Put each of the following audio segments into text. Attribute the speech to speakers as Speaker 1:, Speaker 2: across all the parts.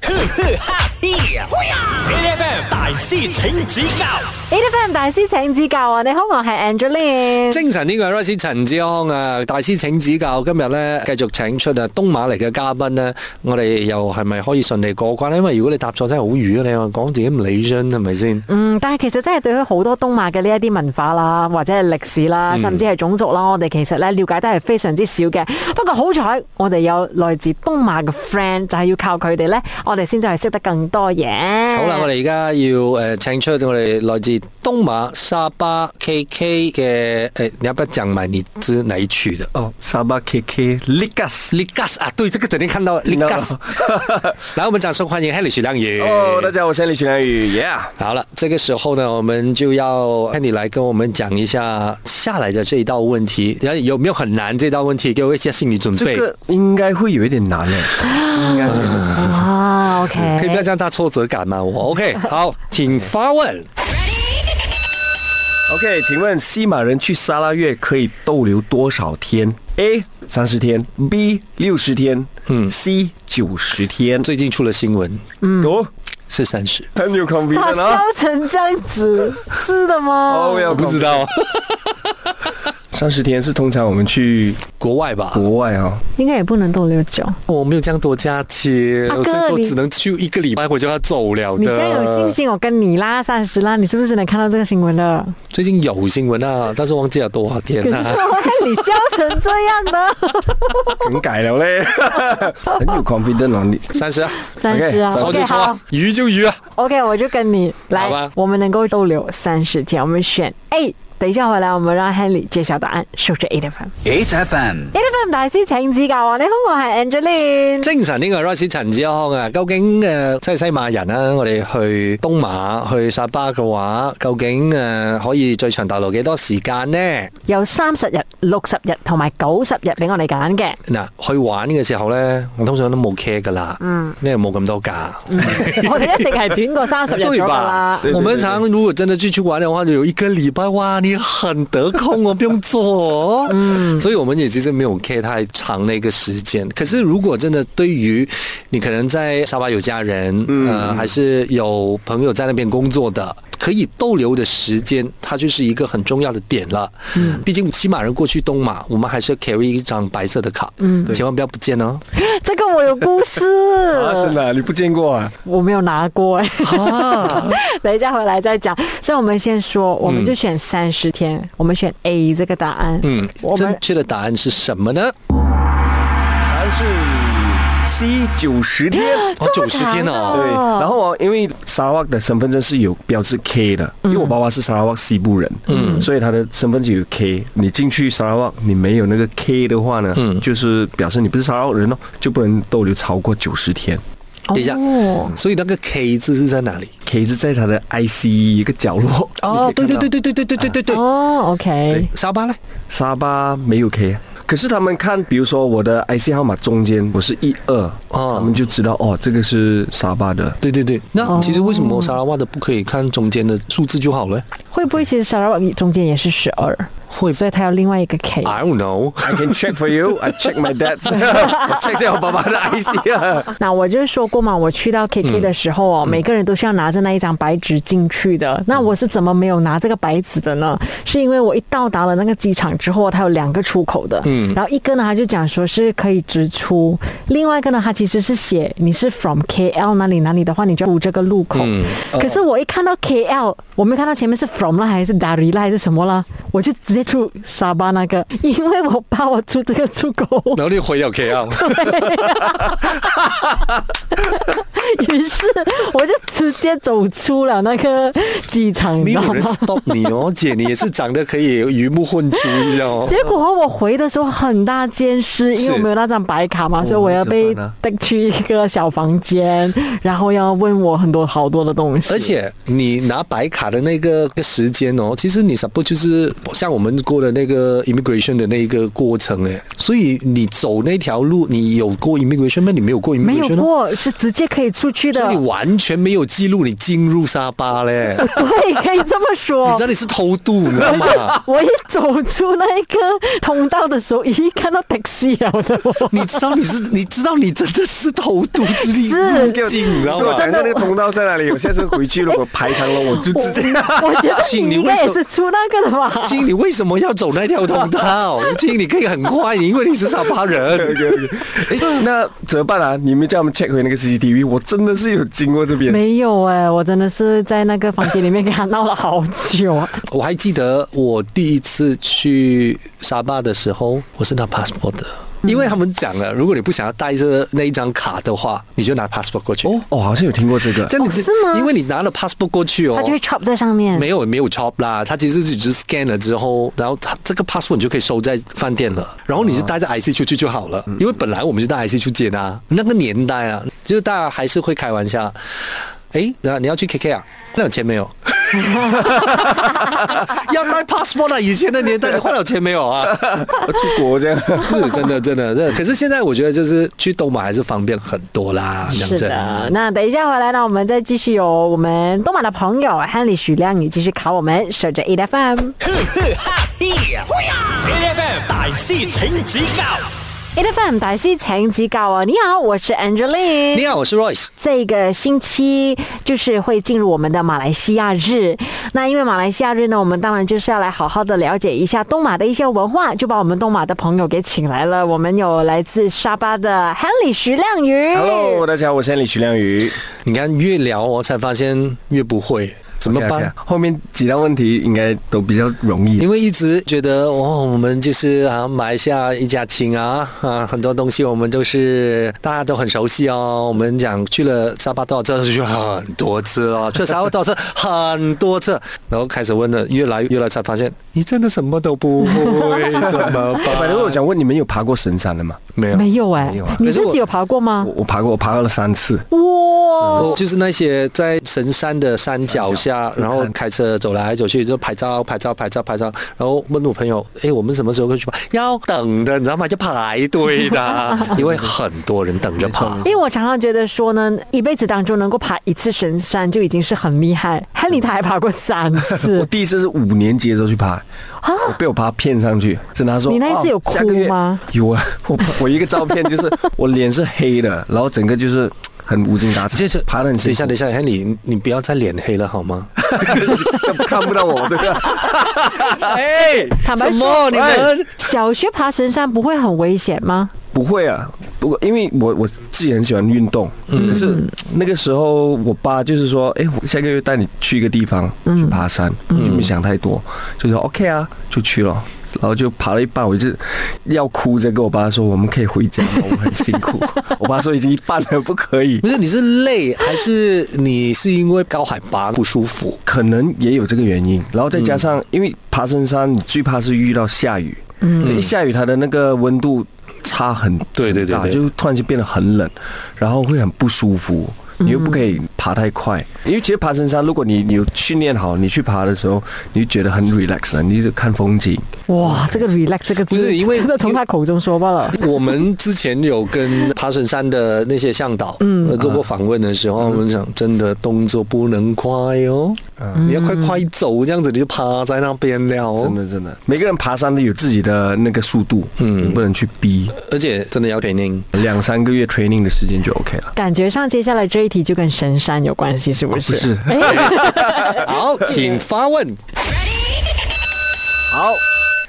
Speaker 1: 哈嘿，A.F.M. 大師請指教
Speaker 2: ，A. F. M. 大師請指教啊！你好，我係 Angeline。
Speaker 3: 精神呢個係 r i s e 陳志康啊，大師請指教。今日咧繼續請出啊東馬嚟嘅嘉賓咧，我哋又係咪可以順利過關咧？因為如果你答錯真係好愚啊！你話講自己唔理真係咪先？
Speaker 2: 嗯，但係其實真係對於好多東馬嘅呢一啲文化啦，或者係歷史
Speaker 3: 嗯
Speaker 2: 啦，甚至係種族啦，我哋其實咧了解得係非常之少嘅。不過好彩，我哋有來自東馬嘅 friend，就係要靠佢哋咧，我哋先至係識得更多嘢。
Speaker 3: 好啦，我哋而家要誒請出我哋來自東馬沙巴 KK 嘅誒，你要不要講埋你知哪一區的
Speaker 4: 哦，沙巴 KK Ligas。
Speaker 3: ？Ligas 啊，對，這個整天看到 Ligas。來， 我們掌聲歡迎 Henry 徐亮宇。
Speaker 4: 哦，大家好，我是李群良宇，Yeah。
Speaker 3: 好了，这个时候呢，我们就要看你来跟我们讲一下下来的这一道问题，然后有没有很难这道问题，给我一些心理准备
Speaker 4: 这。个应该会有一点难诶，应该会有一点难
Speaker 2: 啊
Speaker 3: 可以不要
Speaker 2: ，OK，
Speaker 3: 这样大挫折感吗？我 OK，好， 请发问。
Speaker 4: OK，请问西马人去沙拉越可以逗留多少天？A 三十天，B 六十天，嗯，C 九十天。
Speaker 3: 最近出了新闻，
Speaker 4: 哦，
Speaker 3: 是三十，
Speaker 4: 很有
Speaker 2: 哇，
Speaker 4: confident 啊
Speaker 2: 烧！成这樣子，是的
Speaker 4: 哦，
Speaker 2: 吗？
Speaker 4: 我
Speaker 3: 我不知。道，啊
Speaker 4: 三十天是通常我们去
Speaker 3: 国外吧，
Speaker 4: 国外啊，
Speaker 2: 应该也不能逗留久。
Speaker 3: 我没有这样多假期，
Speaker 2: 阿哥
Speaker 3: 我最多
Speaker 2: 你
Speaker 3: 只能去一个礼拜，我就要走了
Speaker 2: 你这样有信
Speaker 3: 的。
Speaker 2: 心，我跟你啦，三十啦，你是不是能看到这个新闻了？
Speaker 3: 最近有新闻啊，但是忘记了多少天
Speaker 2: 可是
Speaker 3: 了、
Speaker 2: 我看你笑成这样的，
Speaker 4: 梗解了嘞，很有 confident 啊！你
Speaker 3: 三十啊，
Speaker 2: 三十啊
Speaker 4: OK，
Speaker 3: 错
Speaker 2: ，OK
Speaker 3: 就错
Speaker 2: 好
Speaker 3: 啊，鱼就鱼啊。
Speaker 2: ，OK 我就跟你
Speaker 3: 好
Speaker 2: 来
Speaker 3: 吧，
Speaker 2: 我们能够逗留三十天，我们选 A。等一下回来，我们让 Henry 揭晓答案。守着 A 的 FM，A
Speaker 1: ，H.F.M.
Speaker 2: d FM 大师请指教啊！你好，我係 Angeline。
Speaker 3: 精神呢個 Rice 陳志康啊，究竟誒、呃即係西馬人啦、我哋去東馬去沙巴嘅話，究竟誒、呃可以最長逗留幾多時間呢？
Speaker 2: 有三十日、六十日同埋九十日俾我哋揀嘅。
Speaker 3: 嗱，去玩嘅時候咧，我通常都冇 care 噶啦，嗯，因為冇咁多假。
Speaker 2: 嗯 我哋一定係短過三十日咗
Speaker 3: 对
Speaker 2: 㗎
Speaker 3: 吧
Speaker 2: 啦。？
Speaker 4: 对对
Speaker 3: 我们常如果真的去去玩的话，有一个礼拜哇，你很得空哦，不用做哦。嗯，所以我们也其实没有 care 太长的一个时间。可是如果真的对于你可能在沙巴有家人，呃，还是有朋友在那边工作的。可以逗留的时间，它就是一个很重要的点了。嗯，毕竟西马人过去东马，我们还是 carry 一张白色的卡，嗯，千万不要不见哦。
Speaker 2: 这个我有故事，
Speaker 4: 啊，真的啊你不见过啊？
Speaker 2: 我没有拿过哎、
Speaker 3: 啊
Speaker 2: 等一下回来再讲。所以我们先说，我们就选三十天，我们选 A 这个答案。
Speaker 3: 嗯，
Speaker 2: 我
Speaker 3: 正
Speaker 2: 们
Speaker 3: 确的答案是什么呢？
Speaker 4: 答案是 C 九十天。
Speaker 3: 哦，九十天哦。
Speaker 4: 对，然后哦，因为沙瓦的身份证是有标志 K 的，因为我爸爸是沙瓦西部人，嗯，所以他的身份证有 K。你进去沙瓦，你没有那个 K 的话呢，嗯，就是表示你不是沙瓦人哦，就不能逗留超过九十天。
Speaker 3: 等一下，
Speaker 2: 哦
Speaker 3: 嗯所以那个 K 字是在哪里？
Speaker 4: K 是在他的 IC 一个角落。
Speaker 3: 哦，对
Speaker 4: 你可以
Speaker 3: 对
Speaker 4: 看到
Speaker 3: 对，对对对对对 对对，
Speaker 2: 哦，OK，
Speaker 3: 啊沙巴呢？
Speaker 4: 沙巴没有 K 啊。可是他们看，比如说我的 IC 号码中间我是一二，
Speaker 3: 哦
Speaker 4: 他们就知道哦，这个是沙巴的。
Speaker 3: 对对对，那其实为什么沙拉哇的不可以看中间的数字就好了
Speaker 2: 会不会其实沙拉瓦中间也是十二？
Speaker 3: 会
Speaker 2: 所以它有另外一个 K。
Speaker 3: ？I don't know。
Speaker 4: I can check for you. I check my dad's. I check 一 下我爸爸的 IC 啊。
Speaker 2: 那我就说过嘛，我去到 KK 的时候哦，每个人都是要拿着那一张白纸进去的。那我是怎么没有拿这个白纸的呢？是因为我一到达了那个机场之后，它有两个出口的，嗯，然后一个呢，他就讲说是可以直出，另外一个呢，它其实是写你是 from KL 哪里哪里的话，你就出这个路口。可是我一看到 KL，我没有看到前面是 from 啦，还是 Dari 啦，还是什么啦，我就直接出沙巴那个，因为我怕我出这个出口。
Speaker 3: 然后你回了 K 啊，
Speaker 2: 于是我就直接走出了那个机场，你
Speaker 3: 没
Speaker 2: 知道
Speaker 3: 有人
Speaker 2: 吗？
Speaker 3: stop 你哦，姐，你也是长得可以鱼目混珠一下 哦。
Speaker 2: 结果我回的时候很大件事，因
Speaker 3: 是
Speaker 2: 为我没有那张白卡嘛，所以我要被
Speaker 4: 怎么办
Speaker 2: 带去一个小房间，然后要问我很多好多的东西。
Speaker 3: 而且你拿白卡的那个时间哦，其实你 suppose 就是像我们过的那个 immigration 的那一个过程哎，所以你走那条路，你有过 immigration 吗？你没有过
Speaker 2: 没有
Speaker 3: immigration 哦
Speaker 2: 过，是直接可以出去的
Speaker 3: 所以，你完全没有记录你进入沙巴嘞，
Speaker 2: 对，可以这么
Speaker 3: 你
Speaker 2: 说
Speaker 3: 知道。你是偷渡，你知道吗？
Speaker 2: 我一走出那一个通道的时候，咦，看到 taxi 了的 我。
Speaker 3: 你知道你是，你知道你真的是偷渡之力
Speaker 2: 是
Speaker 3: 入境，你知道
Speaker 4: 我
Speaker 3: 吗？
Speaker 4: 讲一下那个通道在哪里，我下次回去如果排长龙，我就直接。
Speaker 2: 我觉得
Speaker 3: 请
Speaker 2: 你
Speaker 3: 你
Speaker 2: 应
Speaker 3: 为
Speaker 2: 该
Speaker 3: 什
Speaker 2: 也
Speaker 3: 么
Speaker 2: 是出那个的吧？
Speaker 3: 亲，你为什么要走那条通道？ 亲，你可以很快，因为你是沙巴人。
Speaker 4: 哎，那怎么办啊？你们叫我们 check 回那个 CCTV，我真的是有经过这边。
Speaker 2: 没有哎、我真的是在那个房间里面跟他闹了好久啊。
Speaker 3: 我还记得我第一次去沙巴的时候，我是拿 passport 的，因为他们讲了，如果你不想要带着那一张卡的话，你就拿 passport 过去。
Speaker 4: 哦，哦，好像有听过这个。
Speaker 3: 真的
Speaker 2: 哦是吗
Speaker 3: 因为你拿了 passport 过去哦
Speaker 2: 他，就会 chop 在上面。
Speaker 3: 没有没有 chop 啦，它其实是只是 scan 了之后，然后它这个 passport 你就可以收在饭店了，然后
Speaker 2: 哦
Speaker 3: 你就带着 IC 出去就好了，
Speaker 2: 嗯
Speaker 3: 因为本来我们是带 IC 出街的、啊，那个年代啊，就是大家还是会开玩笑。哎，那你要去 KK 啊？换了钱没有？ 要带 passport 啊！以前的年代，你换了钱没有啊？
Speaker 4: 出国 这样。
Speaker 3: 是真的，真的，真的。可是现在我觉得，就是去东马还是方便很多啦。讲
Speaker 2: 是
Speaker 3: 真
Speaker 2: 的，那等一下回来呢，我们再继续有我们东马的朋友汉里许亮宇继续考我们，守着 E F M。
Speaker 1: F M 大师请指教
Speaker 2: A F M 大师请指教啊！你好，我是 Angeline。
Speaker 3: 你好，我是 Royce。
Speaker 2: 这个星期就是会进入我们的马来西亚日。那因为马来西亚日呢，我们当然就是要来好好的了解一下东马的一些文化，就把我们东马的朋友给请来了。我们有来自沙巴的汉里徐亮宇。
Speaker 4: Hello，大家好，我是李徐亮宇。
Speaker 3: 你看，越聊我才发现越不会，怎么办
Speaker 4: OK，OK，后面几道问题应该都比较容易。
Speaker 3: 因为一直觉得哦，我们就是啊，马来西亚一家亲啊，啊，很多东西我们都是大家都很熟悉哦。我们讲去了沙巴多少次，去了很多次哦， 去了沙巴多少次，很多次，然后开始问了，越来越来才发现，你真的什么都不 会，怎么
Speaker 4: 哎反正我
Speaker 3: 办？
Speaker 4: 想问你们有爬过神山的吗？
Speaker 3: 没有，
Speaker 2: 没有哎、
Speaker 4: 没有啊
Speaker 2: 你
Speaker 3: 可是
Speaker 2: 自
Speaker 3: 我
Speaker 2: 己有爬过吗
Speaker 4: 我？我爬过，我爬了三次。
Speaker 2: 哇！
Speaker 3: 我就是那些在神山的山脚下，然后开车走来走去，就拍照、拍照、拍照、拍照，然后问我朋友：“哎，我们什么时候会去爬？”要等的，你知道吗？就排队的，因为很多人等着爬。
Speaker 2: 因为我常常觉得说呢，一辈子当中能够爬一次神山就已经是很厉害。亨利他还爬过三
Speaker 4: 我
Speaker 2: 次，
Speaker 4: 第一次是五年级的时候去爬，我被我爸骗上去，真的。他说
Speaker 2: 你那一次有
Speaker 4: 哦下个月
Speaker 2: 哭吗
Speaker 4: 有啊，我我一个照片就是我脸是黑的，然后整个就是很无精打采，
Speaker 3: 这这
Speaker 4: 爬的很
Speaker 3: 等
Speaker 4: 辛
Speaker 3: 一
Speaker 4: 苦
Speaker 3: 下，等一下，你你不要再脸黑了好吗？
Speaker 4: 看不到我对吧？
Speaker 3: 哎，
Speaker 2: 坦白
Speaker 3: 什
Speaker 2: 说
Speaker 3: 么？你们
Speaker 2: 小学爬神山不会很危险吗？
Speaker 4: 不会啊，不过因为我我自己很喜欢运动，可是那个时候我爸就是说，哎，我下个月带你去一个地方去爬山，就没想太多，就说 OK 啊，就去了。然后就爬了一半，我就要哭着跟我爸说，我们可以回家了，我很辛苦。我爸说已经一半了，不可以
Speaker 3: 不。是你是累还是你是因为高海拔不舒服？
Speaker 4: 可能也有这个原因，然后再加上、因为爬深山，你最怕是遇到下雨，嗯，一下雨它的那个温度差很
Speaker 3: 对对对
Speaker 4: 很大
Speaker 3: 对
Speaker 4: 就突然就变得很冷，然后会很不舒服。你又不可以爬太快，因为其实爬深山，如果你你有训练好，你去爬的时候，你就觉得很 relax 了，你就看风景。
Speaker 2: 哇，这个 relax 这个字
Speaker 3: 不是因为
Speaker 2: 真的从他口中说罢了。
Speaker 3: 我们之前有跟爬神山的那些向导，嗯，做过访问的时候，我们讲真的动作不能快哦，你要快快走，这样子你就趴在那边了哦
Speaker 4: 真，的真的，每个人爬山都有自己的那个速度，嗯，你不能去逼。
Speaker 3: 而且真的要 training。
Speaker 4: 两三个月 training 的时间就 OK 了。
Speaker 2: 感觉上接下来这一题就跟神山有关系，是不是？
Speaker 4: 是
Speaker 2: 哎
Speaker 3: 好，请发问。
Speaker 4: 好，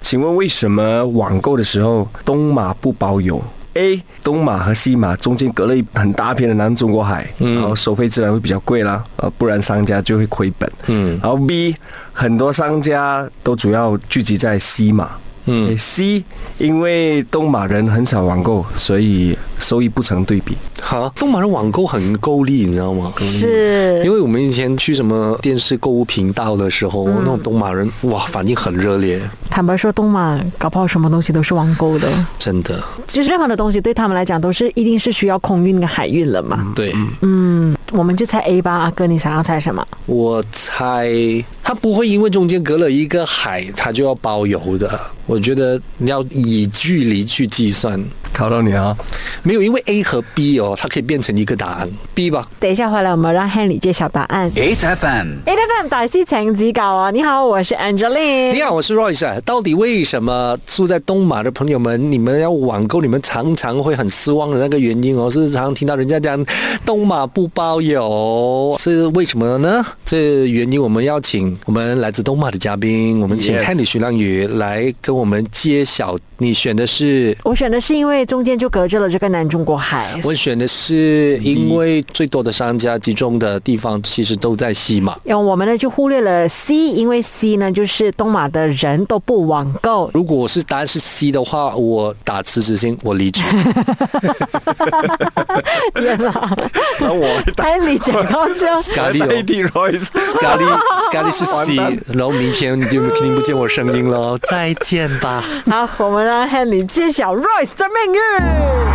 Speaker 4: 请问为什么网购的时候东马不包邮？A. 东马和西马中间隔了一很大片的南中国海，然后收费自然会比较贵啦，呃，不然商家就会亏本。
Speaker 3: 嗯
Speaker 4: 然后 B. 很多商家都主要聚集在西马。
Speaker 3: 嗯
Speaker 4: C 因为东马人很少网购，所以收益不成对比。
Speaker 3: 好，东马人网购很够力，你知道吗？
Speaker 2: 是
Speaker 3: 因为我们以前去什么电视购物频道的时候，那种东马人哇，反应很热烈，
Speaker 2: 坦白说，东马搞不好什么东西都是网购的，
Speaker 3: 真的。
Speaker 2: 就是任何的东西对他们来讲都是一定是需要空运跟海运了嘛。嗯
Speaker 3: 对，嗯
Speaker 2: 我们就猜 A 吧，阿哥，你想要猜什么？
Speaker 3: 我猜他不会因为中间隔了一个海，他就要包邮的。我觉得你要以距离去计算，
Speaker 4: 考到你啊！
Speaker 3: 没有，因为 A 和 B 哦，它可以变成一个答案，B 吧。
Speaker 2: 等一下回来，我们让 Henry 揭晓答案。
Speaker 1: ，HFM。
Speaker 2: A F M 大师请指教啊！你好，我是 Angeline。
Speaker 3: 你好，我是 Royce。到啊底为什么住在东马的朋友们，你们要网购，你们常常会很失望的那个原因哦，是常常听到人家讲东马不包邮，是为什么呢？这原因我们要请我们来自东马的嘉宾，我们请
Speaker 4: Yes
Speaker 3: Henry 徐浪宇来跟我们揭晓。你选的是，
Speaker 2: 我选的是因为中间就隔着了这个南中国海。
Speaker 3: 我选的是，因为最多的商家集中的地方其实都在西马。
Speaker 2: 因为我们呢就忽略了 C，因为 C 呢就是东马的人都不网 购。
Speaker 3: 如果是答案是 C 的话，我打辞职信，我离职。
Speaker 2: 天哪！
Speaker 4: 那 我
Speaker 2: Henry 讲到这，
Speaker 3: 咖喱哦。
Speaker 4: 替 Royce。
Speaker 3: 咖喱咖喱是 C，然后明天你就听不见我声音了，再见吧。
Speaker 2: 好，我们让 Henry 揭晓 Royce 的命运。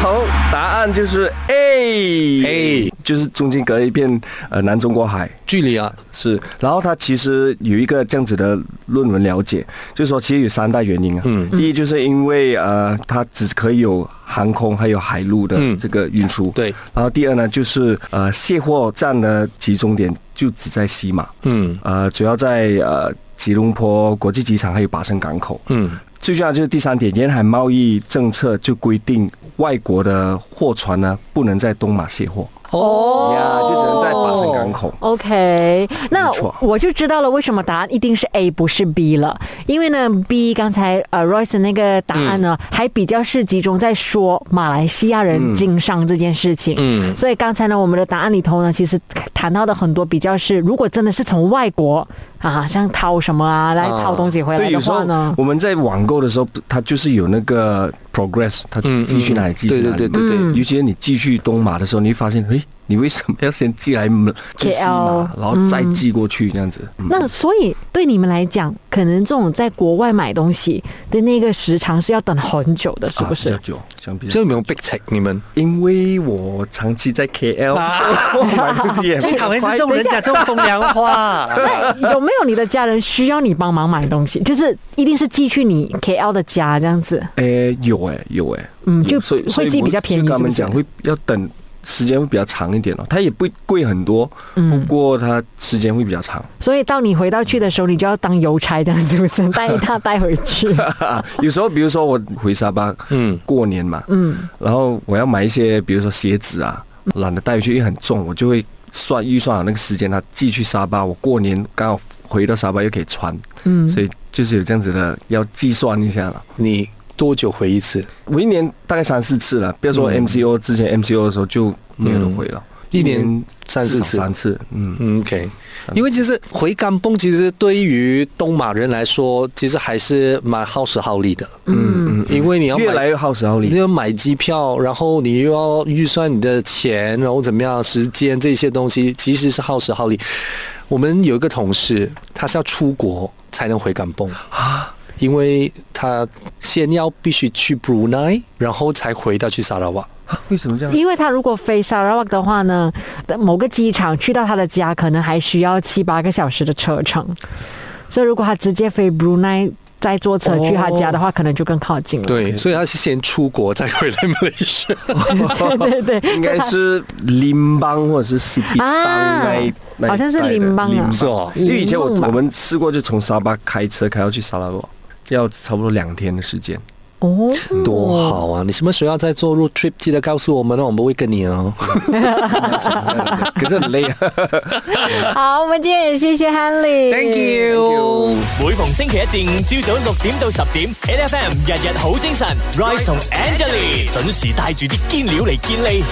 Speaker 4: 好，答案就是 A。
Speaker 3: A
Speaker 4: 就是中间隔一片呃南中国海。
Speaker 3: 距离啊，
Speaker 4: 是，然后他其实有一个这样子的论文了解，就是说其实有三大原因啊。嗯，第一就是因为呃，它只可以有航空还有海陆的
Speaker 3: 嗯
Speaker 4: 这个运输。
Speaker 3: 对。
Speaker 4: 然后第二呢，就是呃，卸货站的集中点就只在西马，
Speaker 3: 嗯
Speaker 4: 呃，主要在呃吉隆坡国际机场还有巴生港口。
Speaker 3: 嗯
Speaker 4: 最重要就是第三点，沿海贸易政策就规定外国的货船呢不能在东马卸货，
Speaker 3: 哦
Speaker 4: 呀，就只能在巴生港口。
Speaker 2: OK，那
Speaker 4: 没错
Speaker 2: 我就知道了为什么答案一定是 A 不是 B 了，因为呢 B 刚才呃 Royce 的那个答案呢、
Speaker 4: 嗯
Speaker 2: 还比较是集中在说马来西亚人经商这件事情。
Speaker 3: 嗯
Speaker 2: 所以刚才呢，我们的答案里头呢，其实谈到的很多比较是，如果真的是从外国啊，像掏什么啊，来
Speaker 3: 啊
Speaker 2: 掏东西回来
Speaker 4: 对，
Speaker 2: 的
Speaker 4: 有时
Speaker 2: 话
Speaker 4: 候嗯
Speaker 2: 呢，
Speaker 4: 我们在网购的时候，它就是有那个 progress，它
Speaker 3: 嗯
Speaker 4: 寄去哪里，寄去
Speaker 3: 对
Speaker 4: 哪
Speaker 3: 对
Speaker 4: 里。
Speaker 3: 对对对，
Speaker 2: 嗯
Speaker 4: 尤其是你寄去东马的时候，你会发现，诶，你为什么要先寄来就西
Speaker 2: KL
Speaker 4: 马，然后再寄过去这样子？嗯
Speaker 2: 那所以对你们来讲，可能这种在国外买东西的那个时长是要等很久的，是不是？
Speaker 4: 啊比较久，相比较
Speaker 3: 这有没有被踩？你们
Speaker 4: 因为我长期在 KL，、我买东西也
Speaker 2: 最讨厌是这种人讲
Speaker 3: 这种风凉话。
Speaker 2: 有没有你的家人需要你帮忙买东西？就是一定是寄去你 KL 的家这样子，
Speaker 4: 诶、呃有诶、有诶、
Speaker 2: 嗯，
Speaker 4: 有
Speaker 2: 就
Speaker 4: 所以所
Speaker 2: 会
Speaker 4: 以
Speaker 2: 寄
Speaker 4: 我
Speaker 2: 比较便宜，
Speaker 4: 就跟
Speaker 2: 是
Speaker 4: 他
Speaker 2: 不
Speaker 4: 们
Speaker 2: 是
Speaker 4: 讲？会要等时间会比较长一点哦，它也不贵很多，
Speaker 2: 嗯
Speaker 4: 不过它时间会比较长。
Speaker 2: 所以到你回到去的时候，你就要当邮差这样子，是不是？带一大带回去。
Speaker 4: 啊，有时候比如说我回沙巴，
Speaker 3: 嗯
Speaker 4: 嗯，过年嘛，嗯，然后我要买一些，比如说鞋子啊，懒得带回去，因为很重，我就会算预算好那个时间，它寄去沙巴，我过年刚好回到沙巴又可以穿，嗯，所以就是有这样子的要计算一下了。
Speaker 3: 你多久回一次？
Speaker 4: 我一年大概三四次了，不要说 MCO 之前 MCO 的时候就没有人回了，
Speaker 3: 一年三
Speaker 4: 至
Speaker 3: 四
Speaker 4: 少
Speaker 3: 次
Speaker 4: 三次，嗯。
Speaker 3: 嗯 OK，因为其实回甘崩，其实对于东马人来说，其实还是蛮耗时耗力的。嗯嗯，因为你要买
Speaker 4: 越来越耗时耗
Speaker 3: 你
Speaker 4: 力，
Speaker 3: 要买机票，然后你又要预算你的钱，然后怎么样，时间这些东西其实是耗时耗力。我们有一个同事，他是要出国才能回港蹦啊，因为他先要必须去 Brunei，然后才回到去沙拉瓦。
Speaker 4: 为什么这样？
Speaker 2: 因为他如果飞沙拉瓦的话呢，某个机场去到他的家，可能还需要七八个小时的车程。所以如果他直接飞 Brunei，再坐车去他家的话，可能就更靠近了。
Speaker 3: 对，所以他是先出国再回来马来西亚。
Speaker 2: 对对 对，
Speaker 4: 应该是林邦或者是 CP 邦
Speaker 2: 啊
Speaker 4: 那一那一
Speaker 2: 好像是
Speaker 4: 带的
Speaker 2: 林邦啊
Speaker 3: 是哦
Speaker 4: 因为以前我
Speaker 2: 林梦吧
Speaker 4: 我们试过，就从沙巴开车开到去沙拉瓦，要差不多两天的时间。
Speaker 2: 哦，
Speaker 3: 多好啊！你什么时候要再做 road trip，记得告诉我们哦，我们会跟你哦。
Speaker 4: 可是很累啊。
Speaker 2: 好，我们今天也谢谢 Henry。
Speaker 3: you。
Speaker 1: 每逢星期一至五朝早六點到十點，N F M 日日好精神，Rise 同 Angelie 準時帶住啲堅料嚟健利。